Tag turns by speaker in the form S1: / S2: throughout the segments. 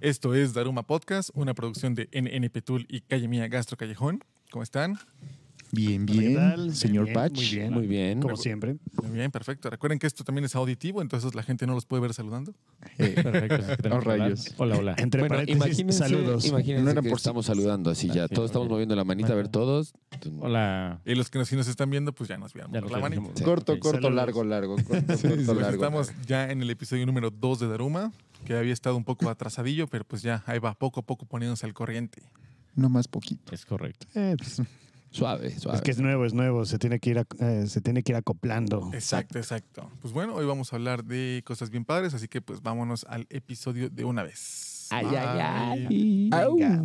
S1: Esto es Daruma Podcast, una producción de NNP Tool y Calle Mía Gastro Callejón. ¿Cómo están?
S2: Bien,
S3: Hola, ¿qué
S2: bien,
S3: tal?
S2: señor
S3: Bien, bien,
S2: Patch.
S3: muy bien.
S4: Muy bien.
S3: Como siempre.
S1: Muy bien, perfecto. Recuerden que esto también es auditivo, entonces la gente no los puede ver saludando.
S2: Eh,
S5: Perfecto. así que tenemos
S2: Oh,
S5: que hablar.
S2: rayos.
S5: Hola, hola.
S3: Entre
S4: Bueno,
S3: paréntesis,
S4: imagínense,
S3: saludos.
S4: imagínense
S2: No era
S4: que
S2: por-
S4: estamos saludando así ya.
S5: Ah, sí,
S4: todos estamos
S5: ok.
S4: moviendo la manita, a ver todos.
S5: Hola.
S1: Y los que nos, si nos están viendo, pues ya nos vieron
S5: Ya
S1: por
S5: nos
S1: la manita.
S5: vemos.
S2: Corto,
S5: Ok.
S2: corto,
S3: saludos.
S2: largo, largo. Corto,
S1: Sí,
S2: corto,
S1: pues
S2: largo.
S1: estamos ya en el episodio número 2 de Daruma, que había estado un poco atrasadillo, pero pues ya ahí va poco a poco poniéndose al corriente.
S2: No más poquito.
S5: Es correcto.
S3: Eh, pues,
S4: Suave, suave.
S3: es que es nuevo, es nuevo. Se tiene que ir, ac- eh, se tiene que ir acoplando.
S1: Exacto, exacto. Pues bueno, hoy vamos a hablar de cosas bien padres, así que pues vámonos al episodio de una vez.
S4: Ay, ay, ay.
S1: Bye.
S4: Au.
S3: Venga.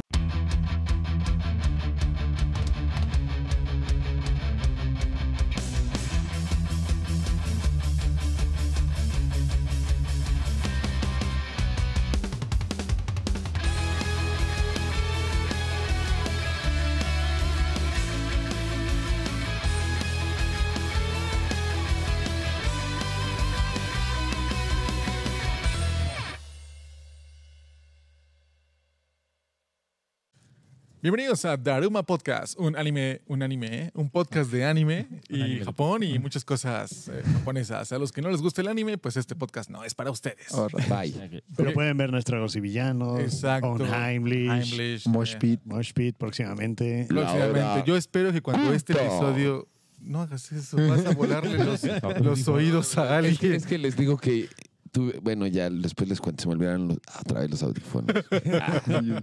S1: Bienvenidos a Daruma Podcast, un anime, un anime, ¿eh? un podcast de anime y
S5: anime.
S1: Japón y muchas cosas eh, japonesas. A los que no les gusta el anime, pues este podcast no es para ustedes.
S2: Oh, rayos.
S4: Bye.
S5: Ok.
S3: Pero
S1: Ok.
S3: pueden ver nuestros y villanos.
S1: Exacto.
S3: Onheimlich.
S1: Heimlich,
S2: Mosh
S1: eh,
S2: Pit.
S3: Mosh Pit próximamente.
S4: Lo-
S1: Próximamente.
S4: Laura.
S1: Yo espero que cuando este
S4: Punto.
S1: episodio. No hagas eso, vas a volarle los, los oídos a
S4: Es que,
S1: alguien.
S4: es que les digo que tuve, bueno, ya después les cuento, se me olvidaron los, ah, otra vez los audífonos.
S5: Sí,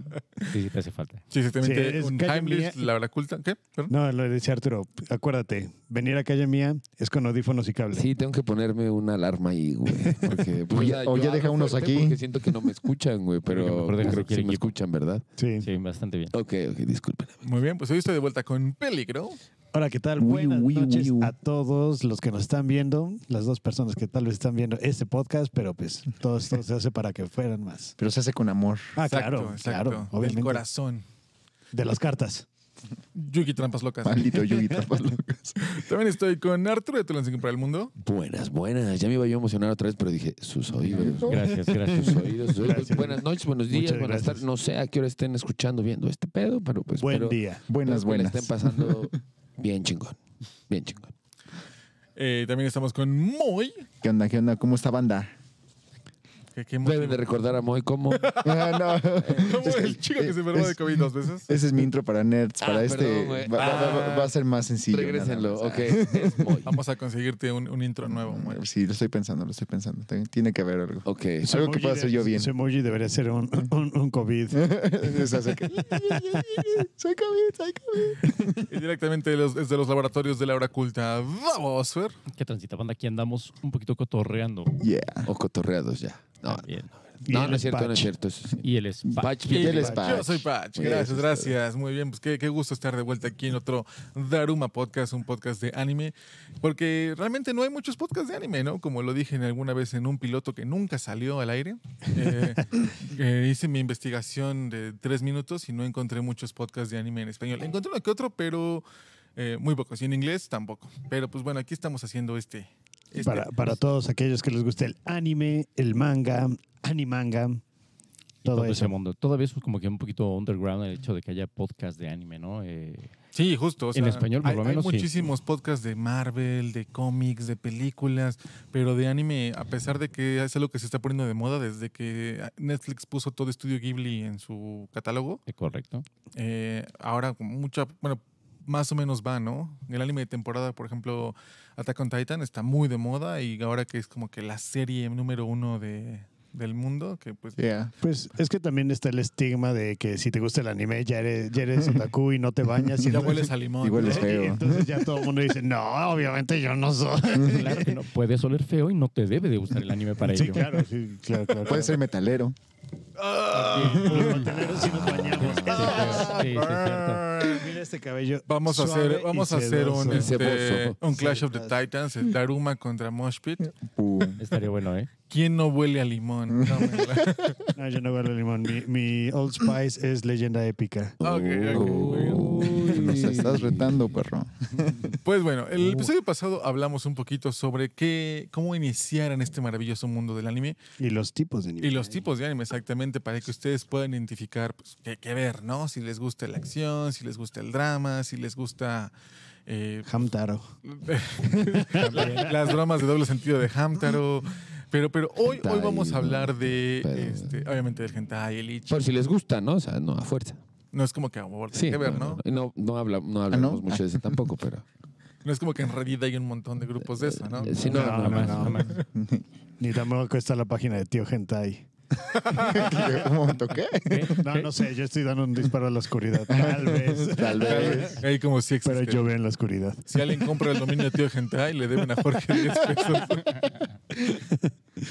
S5: sí, te hace falta.
S1: Sí,
S3: Sí,
S1: exactamente.
S3: es
S1: un
S3: calle
S1: Heimlich,
S3: mía.
S1: la verdad culta. ¿Qué? Perdón.
S3: No, lo decía Arturo. Acuérdate, venir a calle mía es con audífonos y cable.
S4: Sí, tengo que ponerme una alarma ahí, güey. Porque, pues,
S2: O ya- o
S4: yo
S2: ya deja
S4: hablo
S2: unos
S4: fuerte
S2: aquí.
S4: Porque siento que no me escuchan, güey, pero
S5: Creo que mejor dejas
S4: creo
S5: aquí
S4: que
S5: el
S4: sí me
S5: equipo.
S4: escuchan, ¿verdad?
S3: Sí.
S5: Sí, bastante bien.
S4: Ok, ok, disculpen.
S1: Muy bien, pues hoy estoy de vuelta con Peligro.
S3: Hola, ¿qué tal?
S2: Uy,
S3: Buenas
S2: uy, uy,
S3: noches
S2: uy.
S3: a todos los que nos están viendo, las dos personas que tal vez están viendo este podcast, pero pues todo esto se hace para que fueran más.
S2: Pero se hace con amor.
S3: Ah,
S1: Exacto,
S3: claro,
S1: exacto.
S3: claro,
S1: Del
S3: obviamente.
S1: corazón.
S3: De las cartas.
S1: Yuki Trampas Locas.
S2: Maldito Yugi Tapas Locas.
S1: También estoy con Arturo de Tulancingo para el Mundo.
S4: Buenas, buenas. Ya me iba yo a emocionar otra vez, pero dije, sus oídos.
S5: Gracias,
S4: Sus
S5: gracias.
S4: oídos, sus oídos.
S3: Gracias.
S4: Buenas noches, buenos días,
S3: Muchas
S4: buenas
S3: gracias.
S4: tardes. No sé a qué hora estén escuchando, viendo este pedo, pero pues.
S3: Buen
S4: espero-
S3: día.
S2: Buenas,
S4: espero que la
S2: buenas.
S4: estén pasando bien chingón. Bien chingón.
S1: Eh, también estamos con Moy.
S2: ¿Qué onda, qué onda? ¿Cómo está banda?
S1: Que, que hemos-
S4: Deben de recordar a Moy como.
S2: Ah, no.
S1: Como el chico que se enfermó de
S2: es-
S1: COVID dos veces.
S2: Ese es mi intro para nerds.
S4: Ah,
S2: Para este
S4: perdón, güey.
S2: va, va- va-
S4: Ah.
S2: va a ser más Ah. sencillo.
S4: Regrésenlo,
S2: nada
S4: ok.
S2: más.
S4: Es Moy.
S1: Vamos a conseguirte un, un intro nuevo, Moy.
S2: Sí, lo estoy pensando, lo estoy pensando. Tiene- Tiene que haber algo.
S4: Ok.
S2: Es algo que
S3: Emoji
S2: pueda
S3: de-
S2: hacer yo bien.
S3: Ese emoji debería ser un, un- un COVID.
S2: Es hacer que- Soy Kevin, soy Kevin.
S1: Y directamente de los- desde los laboratorios de la hora culta. ¡Vamos, Fer!
S5: ¿Qué transita, banda? Aquí andamos un poquito cotorreando.
S2: Yeah.
S4: O cotorreados ya. No,
S5: Bien.
S3: Y
S4: no,
S3: el
S4: no es cierto, no es
S3: patch.
S4: cierto. eso sí.
S5: Y el spa.
S4: Patch,
S2: Y
S4: bien,
S2: él es
S4: Patch.
S2: Patch.
S1: Yo soy Patch.
S4: Muy
S3: Pues,
S1: Gracias,
S4: bien.
S3: este,
S1: gracias. Muy bien, pues qué, qué gusto estar de vuelta aquí en otro Daruma Podcast, un podcast de anime, porque realmente no hay muchos podcasts de anime, ¿no? Como lo dije en alguna vez en un piloto que nunca salió al aire. Eh, eh, hice mi investigación de tres minutos y no encontré muchos podcasts de anime en español. Encontré uno que otro, pero eh, muy pocos. Y en inglés tampoco. Pero pues bueno, aquí estamos haciendo este. este-
S3: Para, para todos aquellos que les guste el anime, el manga, animanga,
S5: y
S3: todo
S5: todo
S3: eso.
S5: ese mundo. Todavía es como que un poquito underground el hecho de que haya podcast de anime, ¿no? Eh,
S1: Sí, justo. o
S5: En español, por
S1: hay,
S5: lo
S1: hay
S5: menos, sí.
S1: muchísimos podcasts de Marvel, de cómics, de películas, pero de anime, a pesar de que es algo que se está poniendo de moda desde que Netflix puso todo Estudio Ghibli en su catálogo,
S5: eh, correcto.
S1: eh, ahora con mucha, bueno, más o menos va, ¿no? El anime de temporada, por ejemplo, Attack on Titan está muy de moda y ahora que es como que la serie número uno de, del mundo, que pues...
S2: Yeah.
S3: Pues es que también está el estigma de que si te gusta el anime ya eres, ya eres otaku y no te bañas. y
S1: Ya
S3: entonces-
S1: hueles a limón.
S2: Y hueles
S1: ¿no?
S2: feo.
S3: Y entonces ya todo el mundo dice, no, obviamente yo no soy.
S5: Claro que no puedes oler feo y no te debe de gustar el anime para
S3: Sí,
S5: ello.
S3: claro, sí, claro, claro.
S2: Puede ser metalero.
S3: Los manteleros sí nos bañamos.
S5: Sí, sí, sí, es cierto.
S3: Mira este cabello.
S1: Vamos a
S3: suave
S1: hacer,
S3: y
S1: vamos a hacer un,
S3: sedoso.
S4: Y
S1: este,
S4: ceboso.
S1: un Clash
S3: Sí,
S1: of the
S3: claro.
S1: Titans, el Daruma contra Mosh Pit.
S5: Estaría bueno, ¿eh?
S1: ¿Quién no huele a limón?
S3: Mm.
S1: No, me la-
S3: No, Ah, yo no guardo limón. Mi, mi Old Spice es leyenda épica.
S1: Ok, ok,
S4: Oh.
S1: muy bien.
S2: Nos estás retando, perro.
S1: Pues bueno, el episodio pasado hablamos un poquito sobre qué, cómo iniciar en este maravilloso mundo del anime
S3: Y los tipos de
S1: y
S3: nivel.
S1: los tipos de anime exactamente para que ustedes puedan identificar pues, qué, qué ver, ¿no? Si les gusta la acción, si les gusta el drama, si les gusta eh,
S3: Hamtaro.
S1: las bromas de doble sentido de Hamtaro. Pero, pero hoy, hoy vamos a hablar de,
S4: Pero-
S1: este, obviamente, del hentai, el ichi.
S4: Por si les gusta, ¿no? O sea, no, a fuerza.
S1: No es como que aborda,
S4: Sí.
S1: que ver,
S4: no,
S1: ¿no?
S4: No, no, no habla- no hablamos
S2: ¿Ah, ¿no?
S4: mucho de eso tampoco, pero.
S1: No es como que en Reddit hay un montón de grupos de eso, ¿no?
S4: Eh, sí, no,
S3: No,
S4: no,
S3: no,
S4: no.
S3: no. Ni tampoco está la página de Tío Hentai.
S2: ¿Qué? Un momento, ¿qué?
S5: ¿Eh?
S3: No, no sé, yo estoy dando un disparo a la oscuridad. Tal vez.
S4: Tal vez.
S1: Ahí como si existe.
S3: Pero yo veo en la oscuridad.
S1: Si alguien compra el dominio de tío Gentai, le deben a Jorge 10 pesos.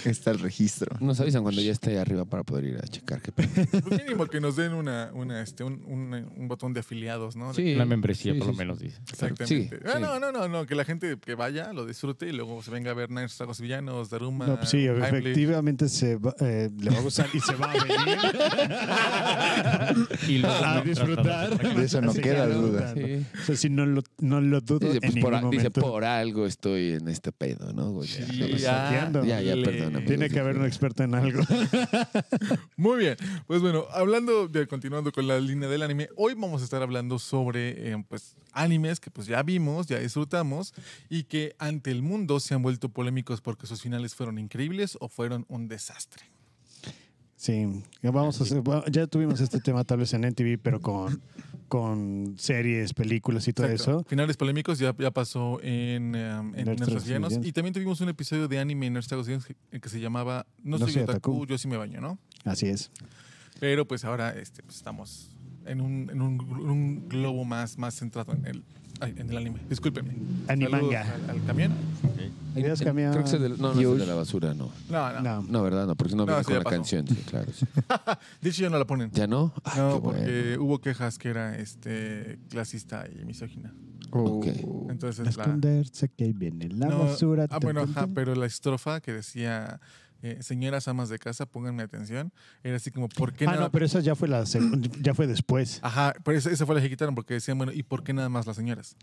S2: Está el registro.
S4: Nos avisan cuando ya esté arriba para poder ir a checar qué pedo.
S1: Pues mínimo que nos den una, una, este, un, un- un botón de afiliados, ¿no? De-
S5: Una membresía, por lo
S4: sí.
S5: menos, dice.
S1: Exactamente.
S4: Sí,
S1: Ah,
S4: sí.
S1: No, no, no, no, que la gente que vaya lo disfrute y luego se venga a ver Nair Sagos Villanos, Daruma.
S3: No, pues sí,
S1: Heimlich.
S3: efectivamente se va- eh, le va a gustar y se va a venir
S5: Y los
S3: a disfrutar.
S2: De eso no
S3: Así que
S2: queda
S3: no
S2: duda.
S3: dudan.
S4: Sí.
S3: O sea, si no lo, no lo dudo
S4: Dice,
S3: en
S4: pues,
S3: ningún
S4: por, a- dice,
S3: momento.
S4: por algo estoy en este pedo, ¿no? Güey? pues, Ya,
S1: Sí,
S4: ya lo sé.
S1: ya.
S3: Saqueando.
S4: ya, ya,
S1: Dale.
S4: perdóname.
S3: Tiene que haber un experto en algo.
S1: Muy bien. Pues bueno, hablando de continuando con la línea del anime, hoy vamos a estar hablando sobre eh, pues animes que pues ya vimos, ya disfrutamos y que ante el mundo se han vuelto polémicos porque sus finales fueron increíbles o fueron un desastre.
S3: Sí, ya vamos a hacer, bueno, ya tuvimos este tema tal vez en NTV, pero con, con series, películas y todo
S1: Exacto.
S3: eso.
S1: Finales polémicos ya, ya pasó en, eh, en
S3: Nerds
S1: Nerds Villanos.
S3: Villanos.
S1: Y también tuvimos un episodio de anime en Nerds Villanos que, que se llamaba No,
S3: No
S1: soy
S3: soy
S1: otaku,
S3: otaku.
S1: yo sí me baño, ¿no?
S3: Así es.
S1: Pero pues ahora este, pues, estamos en, un, en un, gl- un globo más, más centrado en el, ay, en el anime. Discúlpenme.
S3: Animanga.
S1: Saludos Al, al camión.
S3: Adiós, camión.
S4: Creo que es el del- no, no es el de la basura, no.
S1: No, no.
S3: No.
S4: No, ¿verdad? No, porque no,
S1: No,
S4: viene
S1: eso
S4: con
S1: ya
S4: la
S1: pasó.
S4: canción. Sí, claro. sí.
S1: De hecho ya no la ponen.
S4: ¿Ya no? Ay,
S1: no,
S4: qué bueno.
S1: porque hubo quejas que era este clasista y misógina.
S2: Oh.
S1: Entonces la...
S3: Esconderse que viene la
S1: No,
S3: basura.
S1: Ah, bueno, ajá, pero la estrofa que decía, eh, señoras amas de casa, pónganme atención, era así como, ¿por qué
S3: Ah,
S1: nada-
S3: no, pero esa ya fue la seg- ya fue después.
S1: Ajá, pero esa, esa fue la que quitaron porque decían, bueno, ¿y por qué nada más las señoras?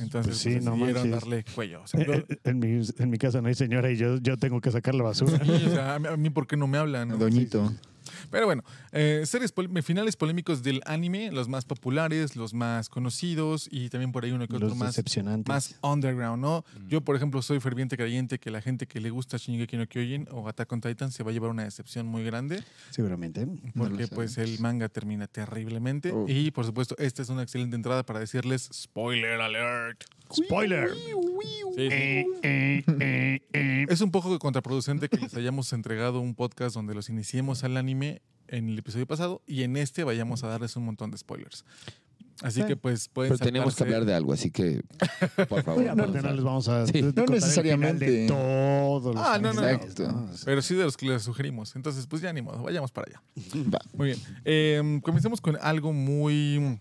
S1: Entonces
S3: pues sí, no
S1: decidieron
S3: manches.
S1: darle cuello. O sea,
S3: Eh, eh, En mi, en mi casa no hay señora y yo, yo tengo que sacar la basura.
S1: yo- o sea, a, mí, a mí ¿por qué no me hablan? no?
S2: Doñito.
S1: Pero bueno, eh, series polé- finales polémicos del anime, los más populares, los más conocidos y también por ahí uno que otro
S3: Los
S1: más
S3: decepcionantes.
S1: más underground, ¿no? Yo, por ejemplo, soy ferviente creyente que la gente que le gusta Shingeki no Kyojin o Attack on Titan se va a llevar una decepción muy grande
S3: Seguramente.
S2: No lo
S1: porque pues
S2: sabemos.
S1: el manga termina terriblemente
S2: Uf.
S1: y por supuesto esta es una excelente entrada para decirles spoiler alert.
S3: Spoiler.
S1: Sí, sí.
S3: Eh, eh, eh, eh.
S1: Es un poco contraproducente que les hayamos entregado un podcast donde los iniciemos al anime en el episodio pasado y en este vayamos a darles un montón de spoilers. Así que pues pueden
S4: Pero teníamos que
S1: saltarse-
S4: hablar de algo, así que, por favor.
S3: Bueno, aparte no les vamos a
S4: Sí.
S3: contar
S4: No
S3: el final
S2: necesariamente.
S3: de todos los
S1: Ah, no, no, no.
S3: animes, ¿no?
S1: Pero sí de los que les sugerimos. Entonces, pues ya ni modo, vayamos para allá.
S2: Va.
S1: Muy bien. Eh, comencemos con algo muy, mm,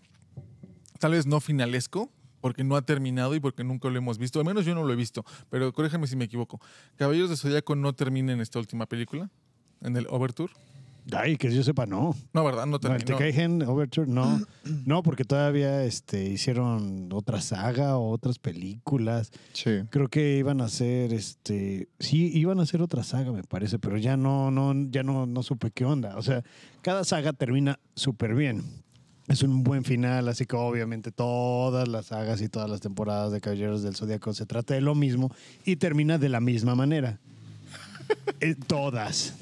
S1: tal vez no finalesco, porque no ha terminado y porque nunca lo hemos visto. Al menos yo no lo he visto, pero corríjame si me equivoco. Caballeros de Zodíaco no termina en esta última película, en el Overture.
S3: Ay, que yo sepa, no.
S1: No, ¿verdad? No
S3: No, el
S1: terminó.
S3: Tekaigen Overture, no. No, porque todavía este, hicieron otra saga o otras películas.
S2: Sí.
S3: Creo que iban a hacer, este, sí, iban a hacer otra saga, me parece, pero ya no, no, ya no, no supe qué onda. O sea, cada saga termina súper bien. Es un buen final, así que obviamente todas las sagas y todas las temporadas de Caballeros del Zodíaco se trata de lo mismo y termina de la misma manera. Eh, todas,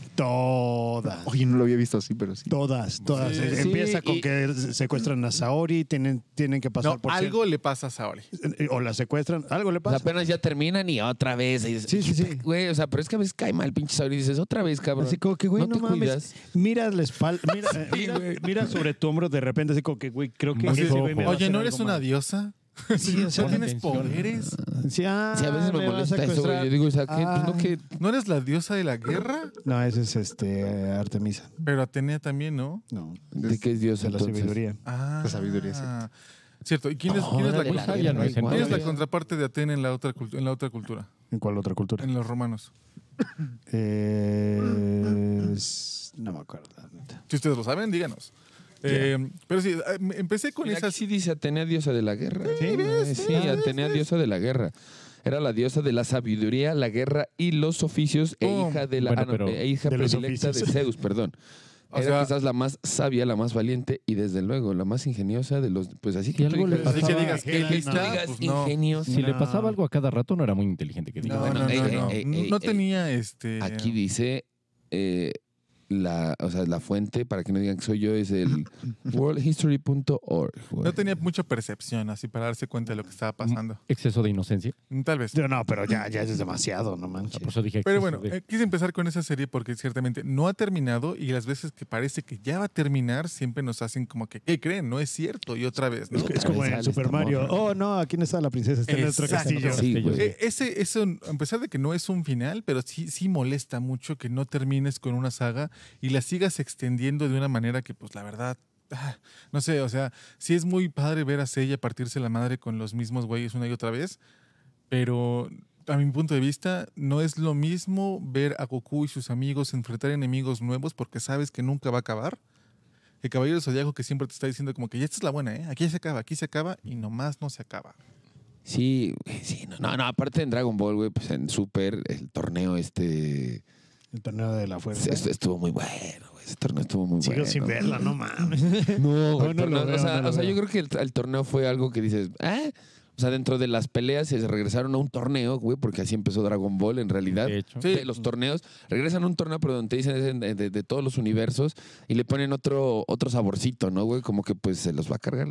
S3: todas.
S2: Oye, no lo había visto así, pero sí.
S3: Todas, todas.
S1: Sí.
S3: Eh,
S4: Sí,
S3: Empieza con
S4: y-
S3: que secuestran a Saori, tienen, tienen que pasar
S1: No,
S3: por
S1: algo le pasa a Saori.
S3: cier- eh, o la secuestran, algo le
S4: O sea,
S3: pasa.
S4: apenas ya terminan y otra vez. Y dices,
S3: Sí, sí, sí.
S4: Güey, o sea, pero es que a veces cae mal pinche sabor y dices, otra vez, cabrón.
S3: Así como que, güey, no,
S4: te
S3: mames.
S4: cuidas.
S3: Mira la espalda, mira, eh, mira, mira sobre tu hombro de repente, así como que, güey, creo que
S5: Así
S3: ese
S5: como,
S3: güey me va a
S1: Oye,
S3: hacer
S1: ¿no
S3: algo
S1: eres una
S3: mal.
S1: diosa?
S3: Sí, o sea,
S1: ¿No tienes
S5: atención.
S1: poderes?
S3: sí, ah,
S4: Sí, a veces me
S3: vas
S4: molesta eso, güey.
S3: secuestrar.
S4: Yo digo, o sea, ¿qué? Pues no
S3: Ah.
S4: que
S1: ¿No eres la diosa de la guerra?
S3: No, ese es este eh, Artemisa.
S1: Pero Atenea también, ¿no?
S3: No,
S4: ¿De qué es Dios
S3: de la
S4: entonces?
S3: sabiduría.
S1: Ah.
S2: La sabiduría, cierto.
S1: Cierto. ¿Y quién es,
S4: No,
S1: quién es
S4: era
S1: la,
S4: de la
S1: cultura?
S5: cultura? Ya no hay
S4: guerra,
S5: gente.
S1: ¿Quién es la
S4: igual.
S1: contraparte de Atena en la otra, cultu- en la otra cultura?
S3: ¿En cuál otra cultura?
S1: En los romanos.
S3: Eh, es- no me acuerdo. la neta.
S1: Si ustedes lo saben, díganos. Eh, pero sí, eh, me- empecé con
S4: Mira,
S1: esas.
S4: aquí sí dice Atenea, diosa de la guerra.
S3: Sí,
S4: Ay, sí, Atenea, diosa de la guerra. Era la diosa de la sabiduría, la guerra y los oficios e
S1: Pum.
S4: hija de la
S5: Bueno,
S4: ah, no,
S5: pero-
S4: e hija
S3: De los
S4: predilecta de
S3: oficios.
S4: Zeus, perdón.
S1: O
S4: Era
S1: sea-
S4: quizás la más sabia, la más valiente y desde luego la más ingeniosa de los. Pues así que
S5: Y
S4: tú
S5: algo le
S4: digas-
S1: Así que
S3: pasaba
S1: digas
S3: que
S1: que
S3: era-
S1: lista,
S3: no.
S4: digas
S1: pues no.
S4: ingenios.
S5: Si le
S3: No.
S5: pasaba algo a cada rato, no era muy inteligente que diga.
S1: No,
S4: Bueno,
S1: no,
S4: ey,
S1: no,
S4: ey,
S1: no.
S4: ey,
S1: No
S4: ey, ey.
S1: tenía este.
S4: Aquí dice eh, la, o sea, la fuente, para que no digan que soy yo, es el worldhistory.org. güey.
S1: No tenía mucha percepción así para darse cuenta de lo que estaba pasando.
S5: Exceso de inocencia.
S1: Tal vez.
S3: Yo, no, pero ya, ya es demasiado, no
S5: O sea,
S4: Ah,
S3: manches.
S4: pues,
S5: por eso dije
S1: Pero
S5: exceso
S1: bueno,
S5: de-
S1: eh, quise empezar con esa serie porque ciertamente no ha terminado y las veces que parece que ya va a terminar siempre nos hacen como que, ¿qué creen? No es cierto y otra vez, ¿no?
S3: Es, es como en
S4: Sale
S3: Super
S4: esta
S3: Mario.
S4: morra.
S3: Oh, no, aquí no está la princesa, está en nuestro
S1: Exacto.
S3: castillo.
S4: Sí, güey.
S1: Eh, ese, eso, a pesar de que no es un final, pero sí, sí molesta mucho que no termines con una saga y la sigas extendiendo de una manera que, pues, la verdad, ah, no sé, o sea, sí es muy padre ver a Sella partirse la madre con los mismos güeyes una y otra vez, pero a mi punto de vista, no es lo mismo ver a Goku y sus amigos enfrentar enemigos nuevos porque sabes que nunca va a acabar. El caballero zodiaco que siempre te está diciendo como que ya esta es la buena, ¿eh? Aquí se acaba, aquí se acaba y nomás no se acaba.
S4: Sí, güey, sí, no, no, no, aparte en Dragon Ball, güey, pues en Super, el torneo este
S3: El torneo de la fuerza.
S4: est- estuvo muy bueno, güey. Ese torneo estuvo muy
S3: Sigo
S4: bueno.
S3: sin verla, no mames.
S4: No,
S3: No,
S4: güey,
S3: no
S4: torneo-
S3: lo veo,
S4: o sea,
S3: no lo
S4: o sea,
S3: veo.
S4: yo creo que el, el torneo fue algo que dices, ¿ah? O sea, dentro de las peleas se regresaron a un torneo, güey, porque así empezó Dragon Ball en realidad.
S5: De hecho.
S4: De los torneos. Regresan a un torneo, pero donde te dicen es de, de- de todos los universos y le ponen otro, otro saborcito, ¿no, güey? Como que pues se los va a cargar la